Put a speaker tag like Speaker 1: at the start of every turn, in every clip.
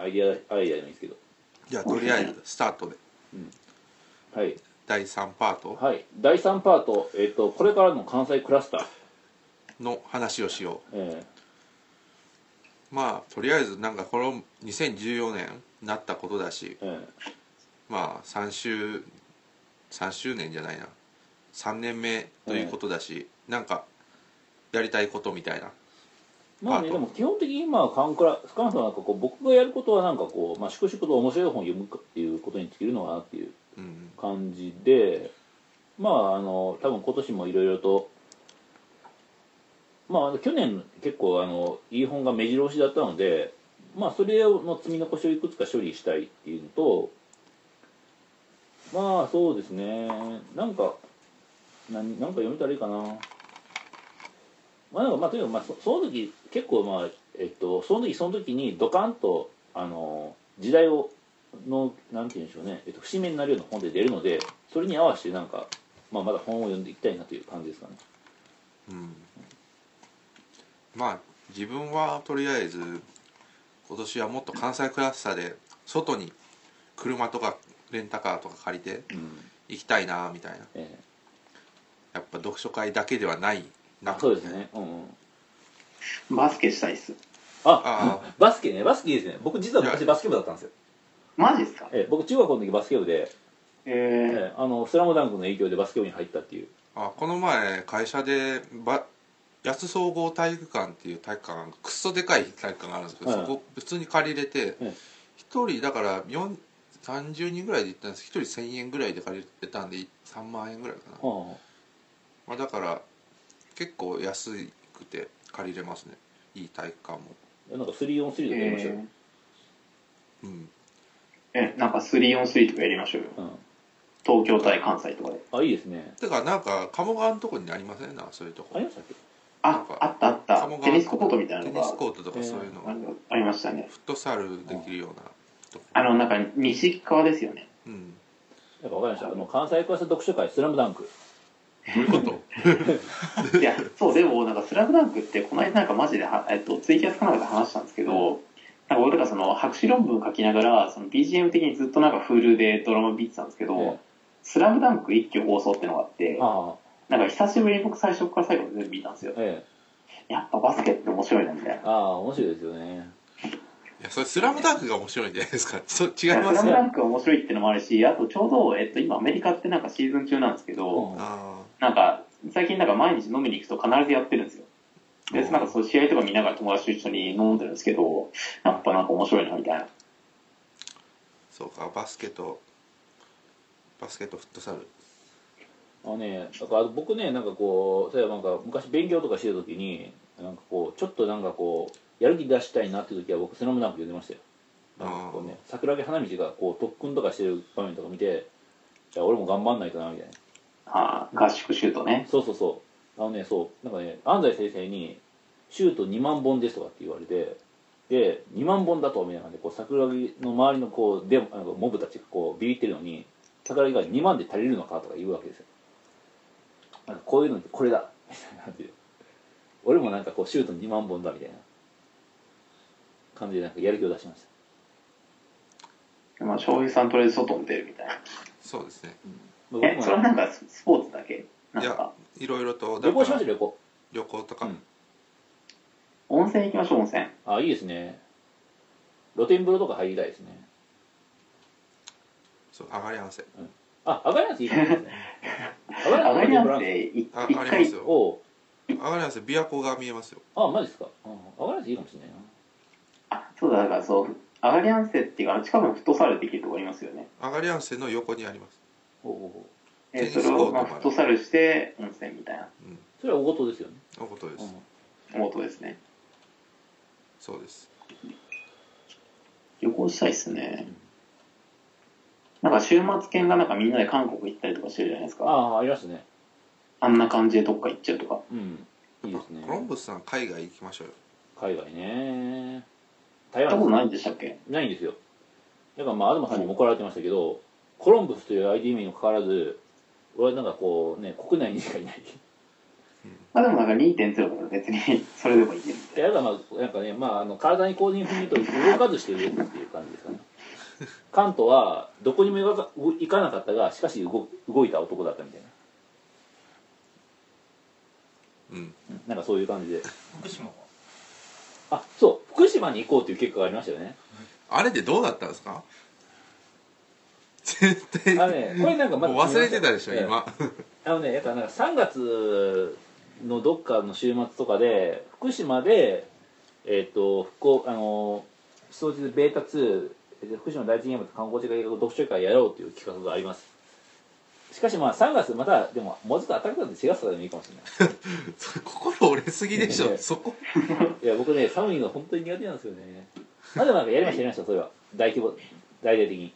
Speaker 1: アイデアアイデアでもいいですけど
Speaker 2: じゃあとりあえずスタートで
Speaker 1: はい
Speaker 2: 第3パート
Speaker 1: はい第3パート、えっとこれからの関西クラスター、
Speaker 2: の話をしよ
Speaker 1: え
Speaker 2: うまあとりあえずなんかこの2014年になったことだし
Speaker 1: ーえ
Speaker 2: まあ3周3周年じゃないな3年目ということだし、なんかやりたいことみたいな
Speaker 1: ーまあね
Speaker 2: パート
Speaker 1: でも基本的に今はカンクラ少なくともなんかこう僕がやることはなんかこう、まあ、粛々と面白い本を読むかっていうことに尽きるのかなっていう
Speaker 2: うん
Speaker 1: 感じでまああの多分今年もいろいろとまああの去年結構あのいい本が目白押しだったのでまあそれの積み残しをいくつか処理したいっていうのとまあそうですねなんか何なんか読めたらいいかなまあなんかまあとにかくまあそその時結構まあえっとその時その時にドカンとあの時代をのなんて言うんでしょうね、えっと、節目になるような本で出るのでそれに合わせてなんか、まあ、まだ本を読んでいきたいなという感じですかね
Speaker 2: うんまあ自分はとりあえず今年はもっと関西クラスターで外に車とかレンタカーとか借りて
Speaker 1: うん、
Speaker 2: 行きたいなみたいな
Speaker 1: え
Speaker 2: やっぱ読書会だけではない
Speaker 1: え
Speaker 2: な
Speaker 1: そうですねうん、うん、
Speaker 3: バスケしたいっす
Speaker 1: あ
Speaker 2: あ
Speaker 1: バスケねバスケいいですね僕実は昔
Speaker 2: いや
Speaker 1: バスケ部だったんですよ、
Speaker 3: マジっすか
Speaker 1: ええ、僕中学校の時バスケ部で、
Speaker 3: え
Speaker 1: え
Speaker 3: ー、
Speaker 1: え、あの「スラムダンクの影響でバスケ部に入ったっていう
Speaker 2: あこの前会社でば安総合体育館っていう体育館くっそでかい体育館があるんですけど、
Speaker 1: はい
Speaker 2: そこ普通に借りれて
Speaker 1: うん
Speaker 2: 一、人だから4 30人ぐらいで行ったんですけど1人1000円ぐらいで借りれたんで3万円ぐらいかな、
Speaker 1: は
Speaker 2: まあ、だから結構安くて借りれますねいい体育館も
Speaker 1: あなんか 3on3 とかやりましたよ、
Speaker 2: う
Speaker 3: え
Speaker 2: ん
Speaker 3: ーえなんか 3on3 とかやりましょうよ
Speaker 1: うん、
Speaker 3: 東京対関西とかで
Speaker 1: あいいですね
Speaker 2: てかなんか鴨川のとこにありませんなそういうと
Speaker 1: あ
Speaker 2: こ
Speaker 1: りましたっけ
Speaker 2: なん
Speaker 3: あ
Speaker 2: か
Speaker 3: あったあった
Speaker 2: 鴨川
Speaker 3: テニスコートみたいな
Speaker 2: テ
Speaker 3: の
Speaker 2: ニ
Speaker 3: が
Speaker 2: スコートとかそういうのが、
Speaker 3: あのありましたね
Speaker 2: フットサルできるようなとこ
Speaker 3: あのなんか西側ですよね
Speaker 2: うん
Speaker 1: なんかわかりましたあの関西クラス読書会「スラムダンク
Speaker 2: どういうこと
Speaker 3: いやそうでもなんか「スラムダンクってこの間なんかマジでは、えっと、ツイキャスかなんかで話したんですけど、なんか俺らがその博士論文書きながらその BGM 的にずっとなんか Hulu でドラマ見てたんですけど「
Speaker 1: ええ
Speaker 3: スラムダンク一挙放送ってのがあって
Speaker 1: ああ
Speaker 3: なんか久しぶりに僕最初から最後まで全部見たんですよ
Speaker 1: ええ
Speaker 3: やっぱバスケって面白いなみたいな
Speaker 1: ああ面白いですよね
Speaker 2: いや、それ、スラムダンクが面白いんじゃないですか。 そう違
Speaker 3: い
Speaker 2: い
Speaker 3: やス
Speaker 2: ま
Speaker 3: ラ
Speaker 2: す
Speaker 3: ム
Speaker 2: よ。
Speaker 3: ダンク面白いってのもあるし、あとちょうど、えっと、今アメリカってなんかシーズン中なんですけど、
Speaker 1: うん
Speaker 2: あ
Speaker 3: なんか最近なんか毎日飲みに行くと必ずやってるんですよ。で、
Speaker 2: うん
Speaker 3: なんかそう試合とか見ながら友達と一緒に飲んでるんですけど、やっぱなんか面白いなみたいな。
Speaker 2: ーそうか、バスケと、バスケとフットサル。
Speaker 1: あのね、だから僕ね、なんかこう、例えばなんか昔勉強とかしてるときに、なんかこう、ちょっとなんかこう、やる気出したいなって時は僕、スラムダンク読んでましたよ。なんかこうね、桜木花道がこう特訓とかしてる場面とか見て、じゃあ俺も頑張んないとな、みたいな。
Speaker 3: あー合宿シュートね。
Speaker 1: そうそうそう。あのね、そう、なんかね、安西先生に、シュート2万本ですとかって言われて、で、2万本だと思いながらね、こう桜木の周りのこう、でなんかモブたちがこう、ビビってるのに、桜木が2万で足りるのかとか言うわけですよ。なんかこういうのってこれだみたいな感じで。俺もなんかこう、シュート2万本だみたいな感じで、なんかやる気を出しました。
Speaker 3: まあ、翔平さんとりあえず外に出るみたいな。
Speaker 2: そうですね。
Speaker 1: まあ
Speaker 3: え、そ
Speaker 1: 僕
Speaker 3: れは
Speaker 1: も
Speaker 3: なんかススポーツだけないん
Speaker 2: や
Speaker 3: か、、
Speaker 2: いろいろと、
Speaker 1: 旅行しましょう、
Speaker 2: だから
Speaker 1: 旅行。
Speaker 2: 旅行とか、
Speaker 1: うん
Speaker 3: 温泉行きましょう、温泉。
Speaker 1: あ、いいですね。露天風呂とか入りたいですね。
Speaker 2: そう、上がり合わせ。
Speaker 1: あ、上がりなんていいかもしれないですね。上がり
Speaker 3: 上
Speaker 1: なんて露天風呂なん
Speaker 3: がりなん
Speaker 1: で
Speaker 3: てい一
Speaker 2: あ、ありま
Speaker 3: 回
Speaker 2: す
Speaker 1: すよ。
Speaker 2: よ。
Speaker 1: おう
Speaker 2: 上がり合わせ、琵琶湖が見えますよ。
Speaker 1: あ、マジですか。うん、上がりなんていいかもしれないな。
Speaker 3: あそうだ、だからそう、アガリアンセっていうか、近くにフットサルできるとこありますよね。
Speaker 2: 上がり合わせの横にあります。
Speaker 1: おうおうおう
Speaker 3: え
Speaker 2: テニ
Speaker 3: そ
Speaker 2: スコ
Speaker 3: れ
Speaker 2: ート
Speaker 3: を
Speaker 2: も
Speaker 3: ま
Speaker 2: あ
Speaker 3: あ
Speaker 2: る
Speaker 3: フットサルして温泉みたいな
Speaker 2: うん。
Speaker 1: それはおごとですよね。
Speaker 2: のことです。
Speaker 1: う
Speaker 3: 元ですね
Speaker 2: そうです。
Speaker 3: 旅行したいっすねなんか週末券がなんかみんなで韓国行ったりとかしてるじゃないです
Speaker 1: ん、あ
Speaker 3: かあ
Speaker 1: あ、ありますね。
Speaker 3: んな感じでどっか行っちゃうとか
Speaker 1: うん。いいですね
Speaker 2: コ。ロンブスさん、海外行きましょうよ。
Speaker 1: 海外ね。台
Speaker 3: 行ったこと
Speaker 1: 湾
Speaker 3: ないんでしたっけ
Speaker 1: ないんですよ。だからまあ、東さんにも怒られてましたけど、コロンブスという ID 名にもかかわらず、俺はなんかこうね、国内にしかいない。
Speaker 3: まあでもなんか2.0だから別にそれでもいけるみたい
Speaker 1: やだまあなんかね、まあ、あの体に後輪踏みと動かずして動くっていう感じですかねカントはどこにも行か行かなかったがしかし動動いた男だったみたい
Speaker 2: うん
Speaker 1: ななんかそういう感じで
Speaker 4: 福島は
Speaker 1: あそう福島に行こうっていう結果がありましたよね
Speaker 2: あれでどうだったんですか 絶対
Speaker 1: あのねこれなんかまだ
Speaker 2: もう忘れてたでしょ
Speaker 1: ええ
Speaker 2: 今
Speaker 1: あのねやっぱなんか3月のどっかの週末とかで福島でえっ、と福岡あの総日ベータ2えー福島第一原発観光地化計画読書会やろうという企画がありますしかしまあ3月またでももうちょっと暖かくなって4月とかでもいいかもしれない
Speaker 2: それ心折れすぎでし
Speaker 1: え
Speaker 2: ょ
Speaker 1: え
Speaker 2: そこ
Speaker 1: いや僕ね寒いの本当に苦手なんですよねまあでもなんかやりましたやりましたそれは大規模大々的に、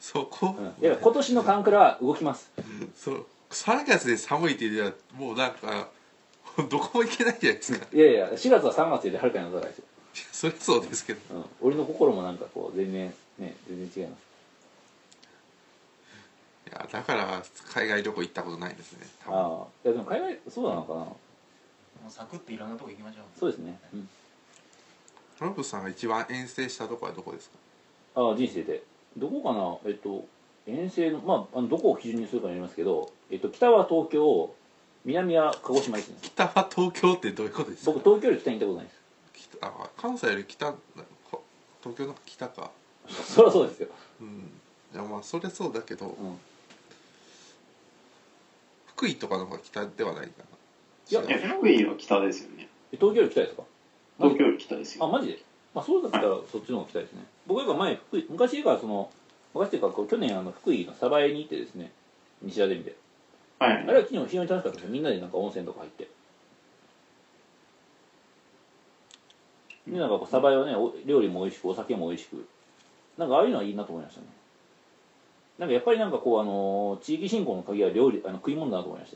Speaker 2: そこ、
Speaker 1: うん、いや今年のカンクラは動きます
Speaker 2: そう3月で寒いって言うたらもうなんか どこも行けないじゃないですか
Speaker 1: いやいや4月は3月よりはるかに暖かいですよ
Speaker 2: そりゃそうですけど
Speaker 1: うん、俺の心もなんかこう全然ね全然違います
Speaker 2: いやだから海外旅行行ったことないですね多分
Speaker 1: ああいやでも海外そうなのかな
Speaker 4: もうサクッといろんなとこ行きましょう
Speaker 1: そうですね、うん、
Speaker 2: トランプさんが一番遠征したとこはどこですか
Speaker 1: ああ人生でどこかなえっと遠征のまああのどこを基準にするかによりますけど、えっと、北は東京南は鹿児島ですね
Speaker 2: 北は東京ってどういうことですか
Speaker 1: 僕東京より北に行ったことないで
Speaker 2: 北あ関西より北なこ東京の北か
Speaker 1: すそりゃそうですよ、
Speaker 2: うんいやまあそりゃそうだけど
Speaker 1: うん、
Speaker 2: 福井とかの方が北ではないか
Speaker 1: いや
Speaker 2: な
Speaker 3: な。いや、福井は北ですよね。
Speaker 1: え東京より北ですか
Speaker 3: 東京より北です
Speaker 1: あ
Speaker 3: よ。
Speaker 1: マジで、まあ、そうだったらそっちの方が北ですね僕が前福井昔がその昔っていうかこう去年あの福井の鯖江に行ってですね西田で見て
Speaker 3: は
Speaker 1: あ
Speaker 3: い。
Speaker 1: れは昨日非常に楽しかったですよみんなでなんか温泉とか入ってでなんかこうサバイはねお料理も美味しくお酒も美味しくなんかああいうのはいいなと思いましたねなんかやっぱりなんかこうあのー地域振興の鍵は料理あの食い物だなと思いまし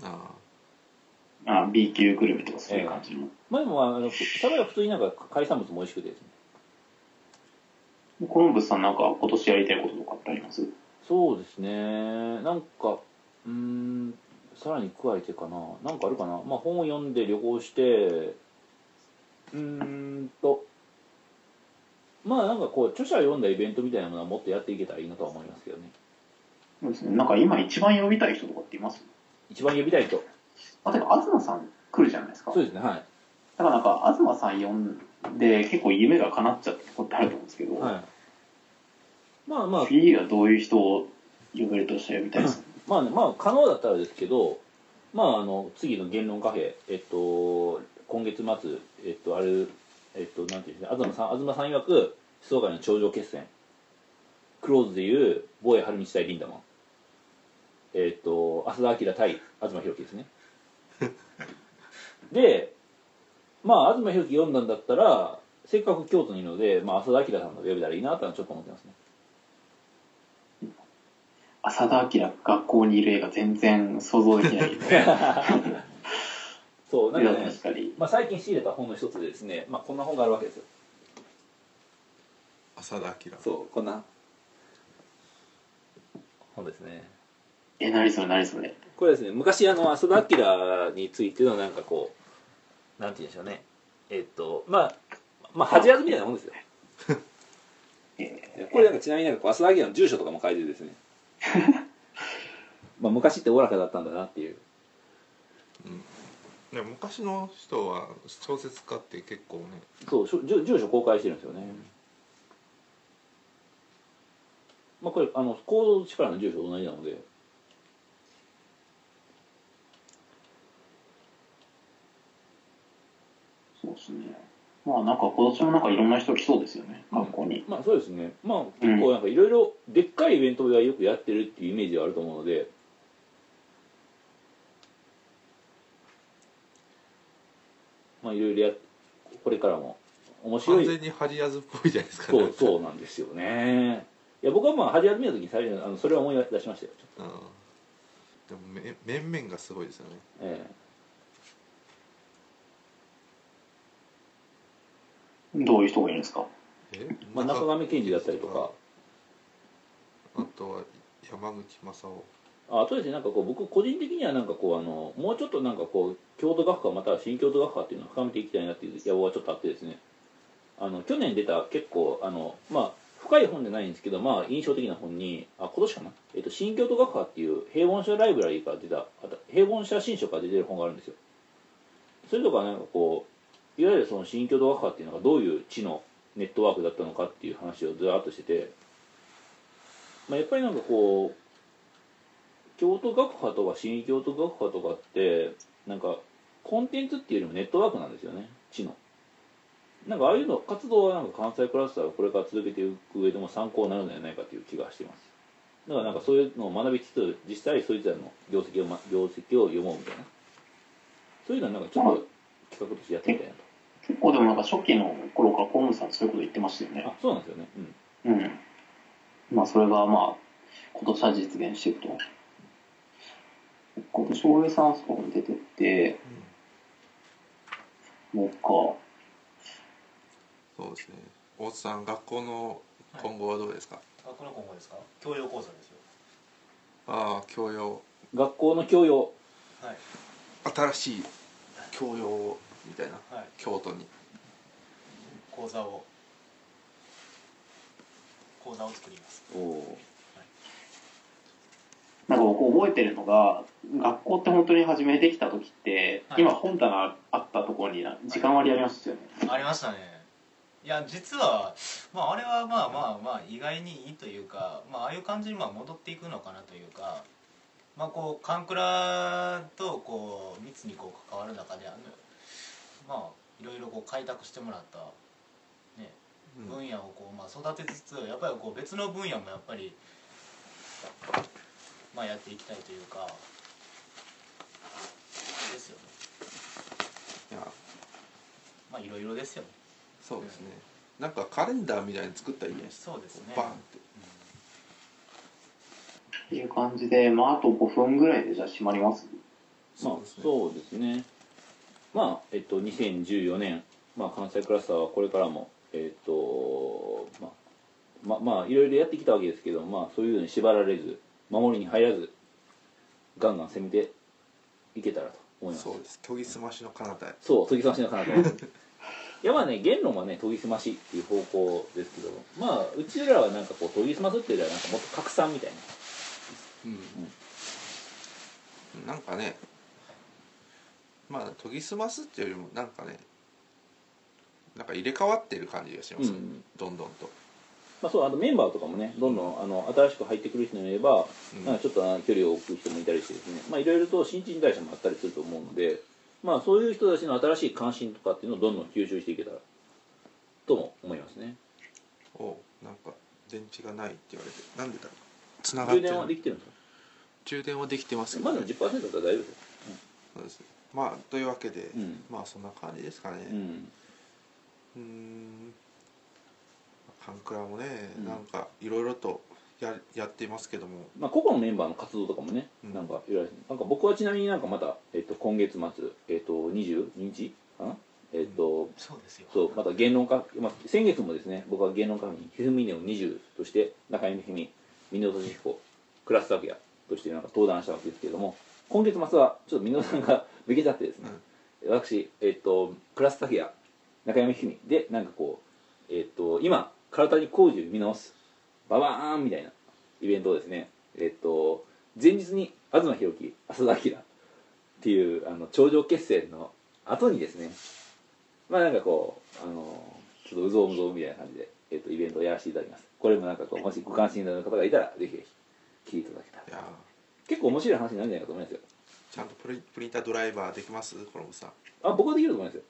Speaker 1: たよ
Speaker 2: ああ
Speaker 3: あ B 級グルメとかそういう感じの。
Speaker 1: 前もあのサバイは普通になんか海産物も美味しくてですね
Speaker 3: コロンブスさんなんか今年やりたいこととかってあります
Speaker 1: そうですねなんかうーんさらに加えてかななんかあるかなまあ本を読んで旅行してうーんとまあなんかこう著者を読んだイベントみたいなものはもっとやっていけたらいいなとは思いますけどね
Speaker 3: そうですね。なんか今一番呼びたい人とかっています
Speaker 1: 一番呼びたい人
Speaker 3: あ、てか、東さん来るじゃないですか。
Speaker 1: そう
Speaker 3: だ
Speaker 1: ですねはい
Speaker 3: からなんか、東さん呼んで結構夢が叶っちゃったとこってあると思うんですけど、
Speaker 1: はいまあまあ
Speaker 3: 次はどういう人を呼べるとして 呼びたいですか
Speaker 1: まあねまあ可能だったらですけどまああの次の言論カフェえっと今月末えっとあるえっとなんていうんですか東さん東さん曰く思想会の頂上決戦クローズでいう坊谷春道対リンダマンえっと浅田明対東博樹ですねでまあ東博樹読んだんだったらせっかく京都にいるので、まあ、浅田明さんの呼べたらいいなとはちょっと思ってますね
Speaker 3: 浅田明学校にいる絵が全然想像できないよね
Speaker 1: そう なんかね
Speaker 3: 確かに
Speaker 1: まあ、最近仕入れた本の一つでですね、まあ、こんな本があるわけですよ
Speaker 2: 浅田明
Speaker 1: そうこんな本ですね
Speaker 3: え何それ何それ
Speaker 1: これですね昔あの浅田明についてのなんかこうなんて言うんでしょうねえっとまあまあ恥ずかずみたいなもんですよ これなんかちなみになんかこう浅田明の住所とかも書いてです ねまあ昔っておおらかだったんだなっていう
Speaker 2: ね昔の人は小説家って結構ね
Speaker 1: そうしょ住住所公開してるんですよね、まあこれあの行動力の住所と同じなので
Speaker 3: そうですねまあなんか今年もなんかいろんな人来そうですよね学校に、
Speaker 1: まあそうですねまあ結構なんかいろいろでっかいイベントがよくやってるっていうイメージはあると思うのでまあいろいろやこれからも面白
Speaker 2: 完
Speaker 1: い
Speaker 2: 全にハリアズっぽいじゃないですか
Speaker 1: そうそうなんですよねいや僕はまあ始めた時に最初にあのそれは思い出しましたよ、
Speaker 2: うんでもめ面々がすごいですよね
Speaker 1: え
Speaker 3: どういう人がいるんですか
Speaker 2: え
Speaker 1: えまあ、中上健二だったりとか
Speaker 2: あとは山口正夫
Speaker 1: あとですねなんかこう僕個人的にはなんかこうあのもうちょっとなんかこう京都学科または新京都学科っていうのを深めていきたいなっていう野望はちょっとあってですねあの去年出た結構あのまあ深い本じゃないんですけどまあ印象的な本にあ今年かな、えっと、新京都学科っていう平凡社ライブラリーから出たあと平凡社新書から出てる本があるんですよそれとかなんかこういわゆるその新京都学科っていうのがどういう地のネットワークだったのかっていう話をずらっとしてて、まあ、やっぱりなんかこう京都学派とか新京都学派とかってなんかコンテンツっていうよりもネットワークなんですよね知のなんかああいうの活動はなんか関西クラスターをこれから続けていく上でも参考になるのではないかという気がしていますだからなんかそういうのを学びつつ実際そいつらの業績を,、ま、業績を読もうみたいなそういうのはなんかちょっと企画としてやってみたいなと
Speaker 3: 結構でもなんか初期の頃から河野さんそういうこと言ってましたよね
Speaker 1: あそうなんですよねうん
Speaker 3: うんまあそれがまあ今年は実現していくと今年大江さんあそこに出てってもうか
Speaker 2: そうですね大津さん学校の今後はどうですか、
Speaker 4: あこの今後ですか教養講座ですよ
Speaker 2: ああ教養
Speaker 1: 学校の教養
Speaker 4: はい
Speaker 2: 新しい教養をみたいな
Speaker 4: はい
Speaker 2: 京都に
Speaker 4: 講座を講座を作ります
Speaker 1: おお
Speaker 3: なんか僕覚えてるのが学校って本当に始めてきた時って、
Speaker 4: はい
Speaker 3: 今本棚あったところにな時間割りありましたよね、
Speaker 4: ありましたねいや実は、まあ、あれはまあまあまあ意外にいいというか、まあ、ああいう感じにまあ戻っていくのかなというか、まあ、こう勘倉とこう密にこう関わる中であのまあいろいろこう開拓してもらった、ね、
Speaker 2: うん
Speaker 4: 分野をこう、まあ、育てつつやっぱりこう別の分野もやっぱり、まあ、やっていきたいというかですよ
Speaker 2: い
Speaker 4: ね
Speaker 2: や
Speaker 4: まあいろいろですよね
Speaker 2: そうですねなんかカレンダーみたいに作ったらいいんです
Speaker 4: そうですね
Speaker 2: バンって
Speaker 3: っていう感じでまああと5分ぐらいでじゃあ閉まります
Speaker 1: まあ
Speaker 2: そうですね
Speaker 1: そうですねまあえっと2014年、まあ、関西クラスターはこれからもえっとまあままあいろいろやってきたわけですけどまあそういうのに縛られず守りに入らずガンガン攻めていけたらと思います
Speaker 2: そうです研ぎ澄ましの彼方へ
Speaker 1: そう研ぎ澄ましのかなと いやまあね言論はね研ぎ澄ましっていう方向ですけどまあうちらはなんかこう研ぎ澄ますっていうよりはなんかもっと拡散みたいな
Speaker 2: うん、なんかねまあ研ぎ澄ますっていうよりもなんかねなんか入れ替わってる感じがします、ね
Speaker 1: うん
Speaker 2: どんどんと、
Speaker 1: まあそうあとメンバーとかもねどんどんあの新しく入ってくる人もいれば
Speaker 2: うん
Speaker 1: なんかちょっとあの距離を置く人もいたりしてですね、まあ、いろいろと新陳代謝もあったりすると思うので、まあ、そういう人たちの新しい関心とかっていうのをどんどん吸収していけたらとも思いますね
Speaker 2: おうなんか電池がないって言われてなんでだろう繋がっ
Speaker 1: 充
Speaker 2: て
Speaker 1: 電はで
Speaker 2: る
Speaker 1: きてるんです
Speaker 2: 充電はできてます
Speaker 1: か
Speaker 2: け
Speaker 1: ま
Speaker 2: ど
Speaker 1: だ
Speaker 2: ね、
Speaker 1: 10%だったら大丈夫ですよ
Speaker 2: そうですまあというわけで、
Speaker 1: うん
Speaker 2: まあそんな感じですかね
Speaker 1: うん
Speaker 2: うーんカンクラもね、
Speaker 1: うん
Speaker 2: なんかいろいろとややっていますけども
Speaker 1: まあ、個々のメンバーの活動とかもね、
Speaker 2: うん
Speaker 1: なんかいろいろなんか僕はちなみになんかまた、えっと、今月末、えっと、22日かなえっと、
Speaker 4: そうですよ
Speaker 1: そうまた言論家、まあ、先月もですね僕は言論家にひふみねを20として中山ひみ箕面俊彦クラスタークヤとしてなんか登壇したわけですけれども今月末はちょっと箕面さんが 抜けちゃってですね、私、えっと、クラスタークヤ中山ひみでなんかこう、えっと、今体に工事を見直すババーンみたいなイベントをですねえっと前日に東博樹浅田明っていうあの頂上決戦の後にですねまあなんかこう、あのちょっとうぞうむぞうみたいな感じで、えっ、と、イベントをやらせていただきます。これもなんかこう、もしご関心のある方がいたら、ぜひぜひ、聞いていただけたら。
Speaker 2: いやー
Speaker 1: 結構面白い話になるんじゃないかと思いますよ。
Speaker 2: ちゃんとプリプリンタードライバーできますコロムさん
Speaker 1: あ、僕はできると思いますよ。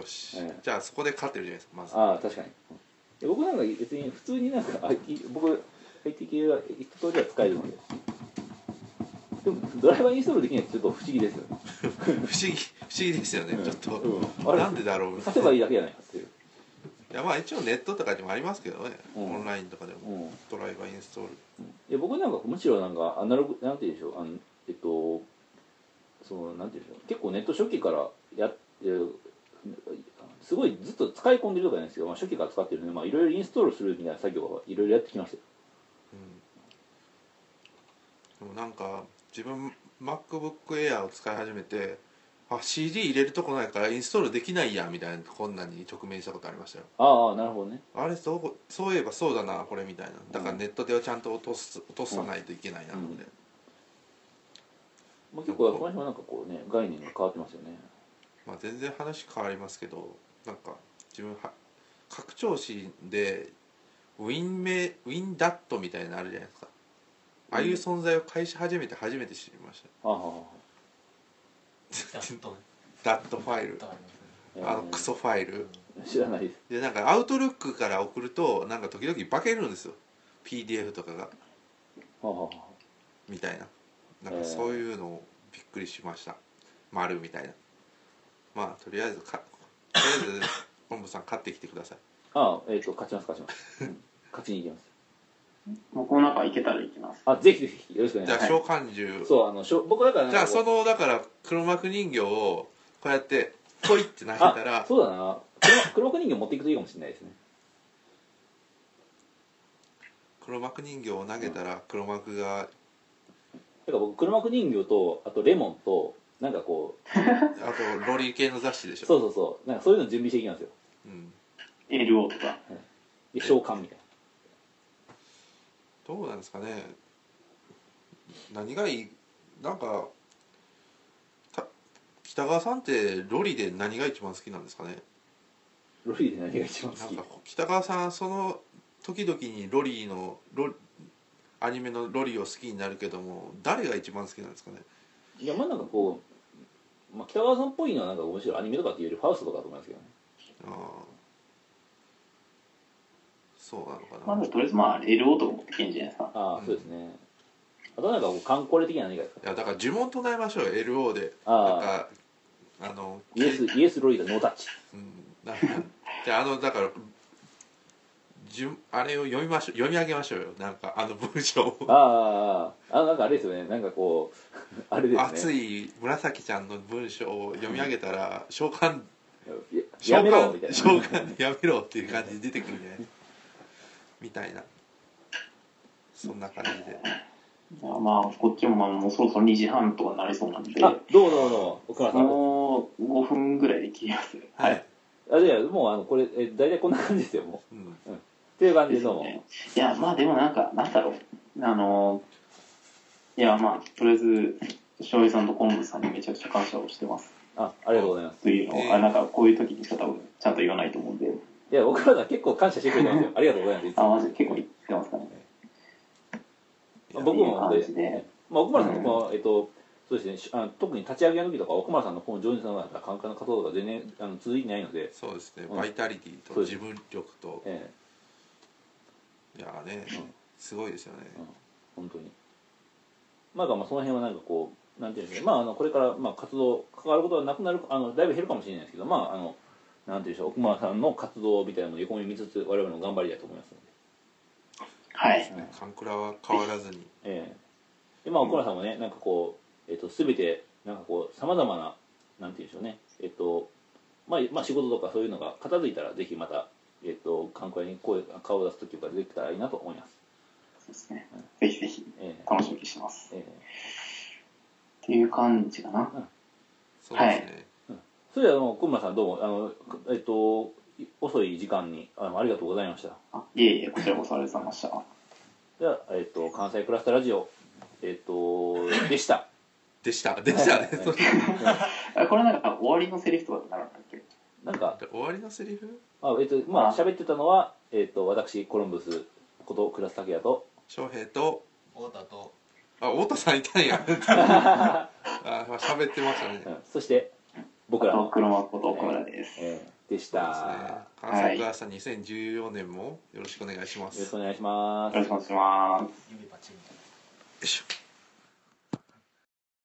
Speaker 2: よし、
Speaker 1: ええ
Speaker 2: じゃあそこで勝ってるじゃないですかまず
Speaker 1: ああ、確かに。うんで僕なんか別に普通になんか IT、僕、IT 系は一通りは使えるので。でも、ドライバーインストールできないってちょっと不思議ですよね。
Speaker 2: 不思議不思議ですよね、
Speaker 1: うん
Speaker 2: ちょっと、
Speaker 1: うんあれ
Speaker 2: なんでだろう
Speaker 1: させばいい
Speaker 2: い
Speaker 1: だけじゃないかっていう。
Speaker 2: やまあ一応ネットとかにもありますけどね、
Speaker 1: うん
Speaker 2: オンラインとかでも、
Speaker 1: うん。
Speaker 2: ドライバーインストール
Speaker 1: いや僕なんかむしろなんかアナログなんて言うんでしょうあのえっとそのなんて言うんでしょう結構ネット初期からやってすごいずっと使い込んでるとかじゃないですけど、まあ、初期から使ってるのでまあいろいろインストールするみたいな作業はいろいろやってきましたよ
Speaker 2: うんでもなんか自分 MacBookAir を使い始めてあ CD 入れるとこないからインストールできないやみたいな困難に直面したことありましたよ
Speaker 1: ああなるほどね
Speaker 2: あれそうこそういえばそうだなこれみたいなだから
Speaker 1: うん
Speaker 2: ネットではちゃんと落とす落とさないといけないなので、
Speaker 1: まあ、結構この辺はなんかこうね概念が変わってますよね
Speaker 2: まあ、全然話変わりますけどなんか自分は拡張子でウィンメウィンダットみたいなのあるじゃないですかああいう存在を会社始めて初めて知りまし
Speaker 1: ああはあは
Speaker 4: ちゃんと
Speaker 2: たダットファイル
Speaker 4: とありますね
Speaker 1: あ
Speaker 2: あのクソファイル
Speaker 1: 知らないです
Speaker 2: でなんかアウトルックから送るとなんか時々化けるんですよ PDF とかが
Speaker 1: はあはあは
Speaker 2: みたいななんかそういうのをびっくりしました丸みたいなまあとりあえずかとりあえず 本部さん買ってきてください
Speaker 1: あああえっ、と勝ちます勝ちますうん勝ちに行きます
Speaker 3: 僕もなんか行けたら行きます。
Speaker 1: あぜひぜひよろしくお
Speaker 2: じ
Speaker 1: 願い
Speaker 2: ゃ
Speaker 1: し
Speaker 2: あ
Speaker 1: ます
Speaker 2: 召喚獣
Speaker 1: そうあのしょ僕だからなん
Speaker 2: じ
Speaker 1: か
Speaker 2: ゃあ
Speaker 1: こう
Speaker 2: そのだから黒幕人形をこうやってポイって投げた
Speaker 1: あ
Speaker 2: ら
Speaker 1: そうだな黒黒幕人形持っていくといいかもしれないですね
Speaker 2: 黒幕人形を投げたら黒幕が
Speaker 1: だから僕黒幕人形とあとレモンとなんかこう
Speaker 2: あとロリー系の雑誌でしょ
Speaker 1: そうそうそうなんかそういうの準備していきますよ
Speaker 2: うん、
Speaker 3: LO とか。
Speaker 1: で召喚みたい
Speaker 2: どうなんですかね何がいいなんかた北川さんってロリで何が一番好きなんですかね
Speaker 1: なロリーで何が一番
Speaker 2: な
Speaker 1: 好
Speaker 2: ん
Speaker 1: き
Speaker 2: か北川さんその時々にロリーのロアニメのロリを好きになるけども誰が一番好きなんですかね
Speaker 1: いやまあなんかこう、まあ、北川さんっぽいのはなんか面白いアニメとかっていうよりファウストとかだと思いますけどね
Speaker 2: ああそうなのかな、
Speaker 3: まあ、とりあえずまあ、LO とか持ってけんじゃないですか。
Speaker 1: ああ、
Speaker 2: うん
Speaker 1: そうですねあとなんかこう観光例的な何かですか
Speaker 2: いやだから呪文唱えましょうよ LO でなん
Speaker 1: ああ
Speaker 2: かあの、
Speaker 1: イエスイエスロイドノータッチ
Speaker 2: うん、なんかじゃああのだから呪あれを読みましょう読み上げましょうよなんかあの文章を
Speaker 1: ああああなんかあれですよねなんかこう あれですね
Speaker 2: 熱い紫ちゃんの文章を読み上げたら召喚
Speaker 1: やや
Speaker 2: 召
Speaker 1: めろみたい
Speaker 2: 喚
Speaker 1: な
Speaker 2: 召喚やめろっていう感じで出てくるんじゃないみたいなそんな感じで
Speaker 3: じゃあまあ、こっちもまあ、もうそろそろ2時半とかになりそうなんで、
Speaker 1: あどうぞどうぞ奥村さん
Speaker 3: もう5分ぐらいで切ります。
Speaker 2: はい、
Speaker 1: あじゃあもうあのこれえ大体こんな感じですよもう
Speaker 2: うん、
Speaker 1: っていう感じ
Speaker 3: で
Speaker 1: でどうも、
Speaker 3: ね、いや、まあでもなんか、なんだろう。あの、いや、まあ、とりあえず、翔平さんと昆布さんにめちゃくちゃ感謝をしてます。
Speaker 1: あありがとうございます
Speaker 3: というのを、あなんかこういう時にしか多分ちゃんと言わないと思うんで、
Speaker 1: いや奥村さん結構感謝してくれてますよありがとうございますいつ
Speaker 3: あ、
Speaker 1: も
Speaker 3: マジで結構言ってますかね。
Speaker 1: まあ僕もなん
Speaker 3: いい
Speaker 1: で
Speaker 3: 感じで
Speaker 1: まあ、奥村さんとこの、えっとそうですねしあの特に立ち上げの時とか奥村さんのこの上手さんの感覚の活動が全然あの続いてないので、
Speaker 2: そうですね
Speaker 1: うん
Speaker 2: バイタリティと
Speaker 1: そうです
Speaker 2: 自分力と
Speaker 1: ええ、
Speaker 2: いやーねすごいですよね
Speaker 1: 本当にまあまあその辺はなんかこうなんていうんでしょうねまああのこれからまあ活動関わることはなくなるあのだいぶ減るかもしれないですけどまああのなんていうんでしょう奥村さんの活動みたいなのを横目見つつ我々も頑張りたいと思いますので
Speaker 3: はい。
Speaker 1: うん
Speaker 2: カンクラは変わらずに
Speaker 1: ええでまあ奥村さんもね、なんかこう、えっと全てなんかこうさまざまななんていうんでしょうねえっと、まあ、まあ仕事とかそういうのが片付いたらぜひまたえっと観光に声顔を出す時とかできたらいいなと思います、
Speaker 3: そうですね。ぜひぜひ、
Speaker 1: ええ
Speaker 3: 楽しみにしてます。
Speaker 1: ええ
Speaker 3: っていう感じかな。
Speaker 2: そうですね、
Speaker 1: それではもう奥村さんどうもあのえっとい遅い時間にあのありがとうございました
Speaker 3: あいえいえ、こちらこそありがとうございました。
Speaker 1: では、えっと、関西クラスターラジオえっ とでした
Speaker 2: でしたでした
Speaker 1: は
Speaker 2: ね
Speaker 1: い
Speaker 2: そう
Speaker 3: あこれなんか終わりのセリフとかってなるんだっけ
Speaker 1: なんか
Speaker 2: 終わりのセリフ
Speaker 1: あえっとまあ喋ってたのはえっと私コロンブスことクラスタケヤと
Speaker 2: 翔平と
Speaker 4: 太田と
Speaker 2: あ太田さんいた んやあ喋ってましたね
Speaker 1: うんそして僕
Speaker 3: あ
Speaker 1: ら
Speaker 3: と、
Speaker 1: の、
Speaker 3: 黒幕こと岡村です。
Speaker 1: えーでし
Speaker 2: そう
Speaker 1: た
Speaker 2: ですね関西クラスター2014年もよろしくお願いしま
Speaker 1: よろし
Speaker 2: す
Speaker 1: くお願いしま
Speaker 3: よろ
Speaker 1: す
Speaker 3: しくお願いします。
Speaker 4: 指パチンみたい
Speaker 2: よ
Speaker 4: な
Speaker 2: いしょ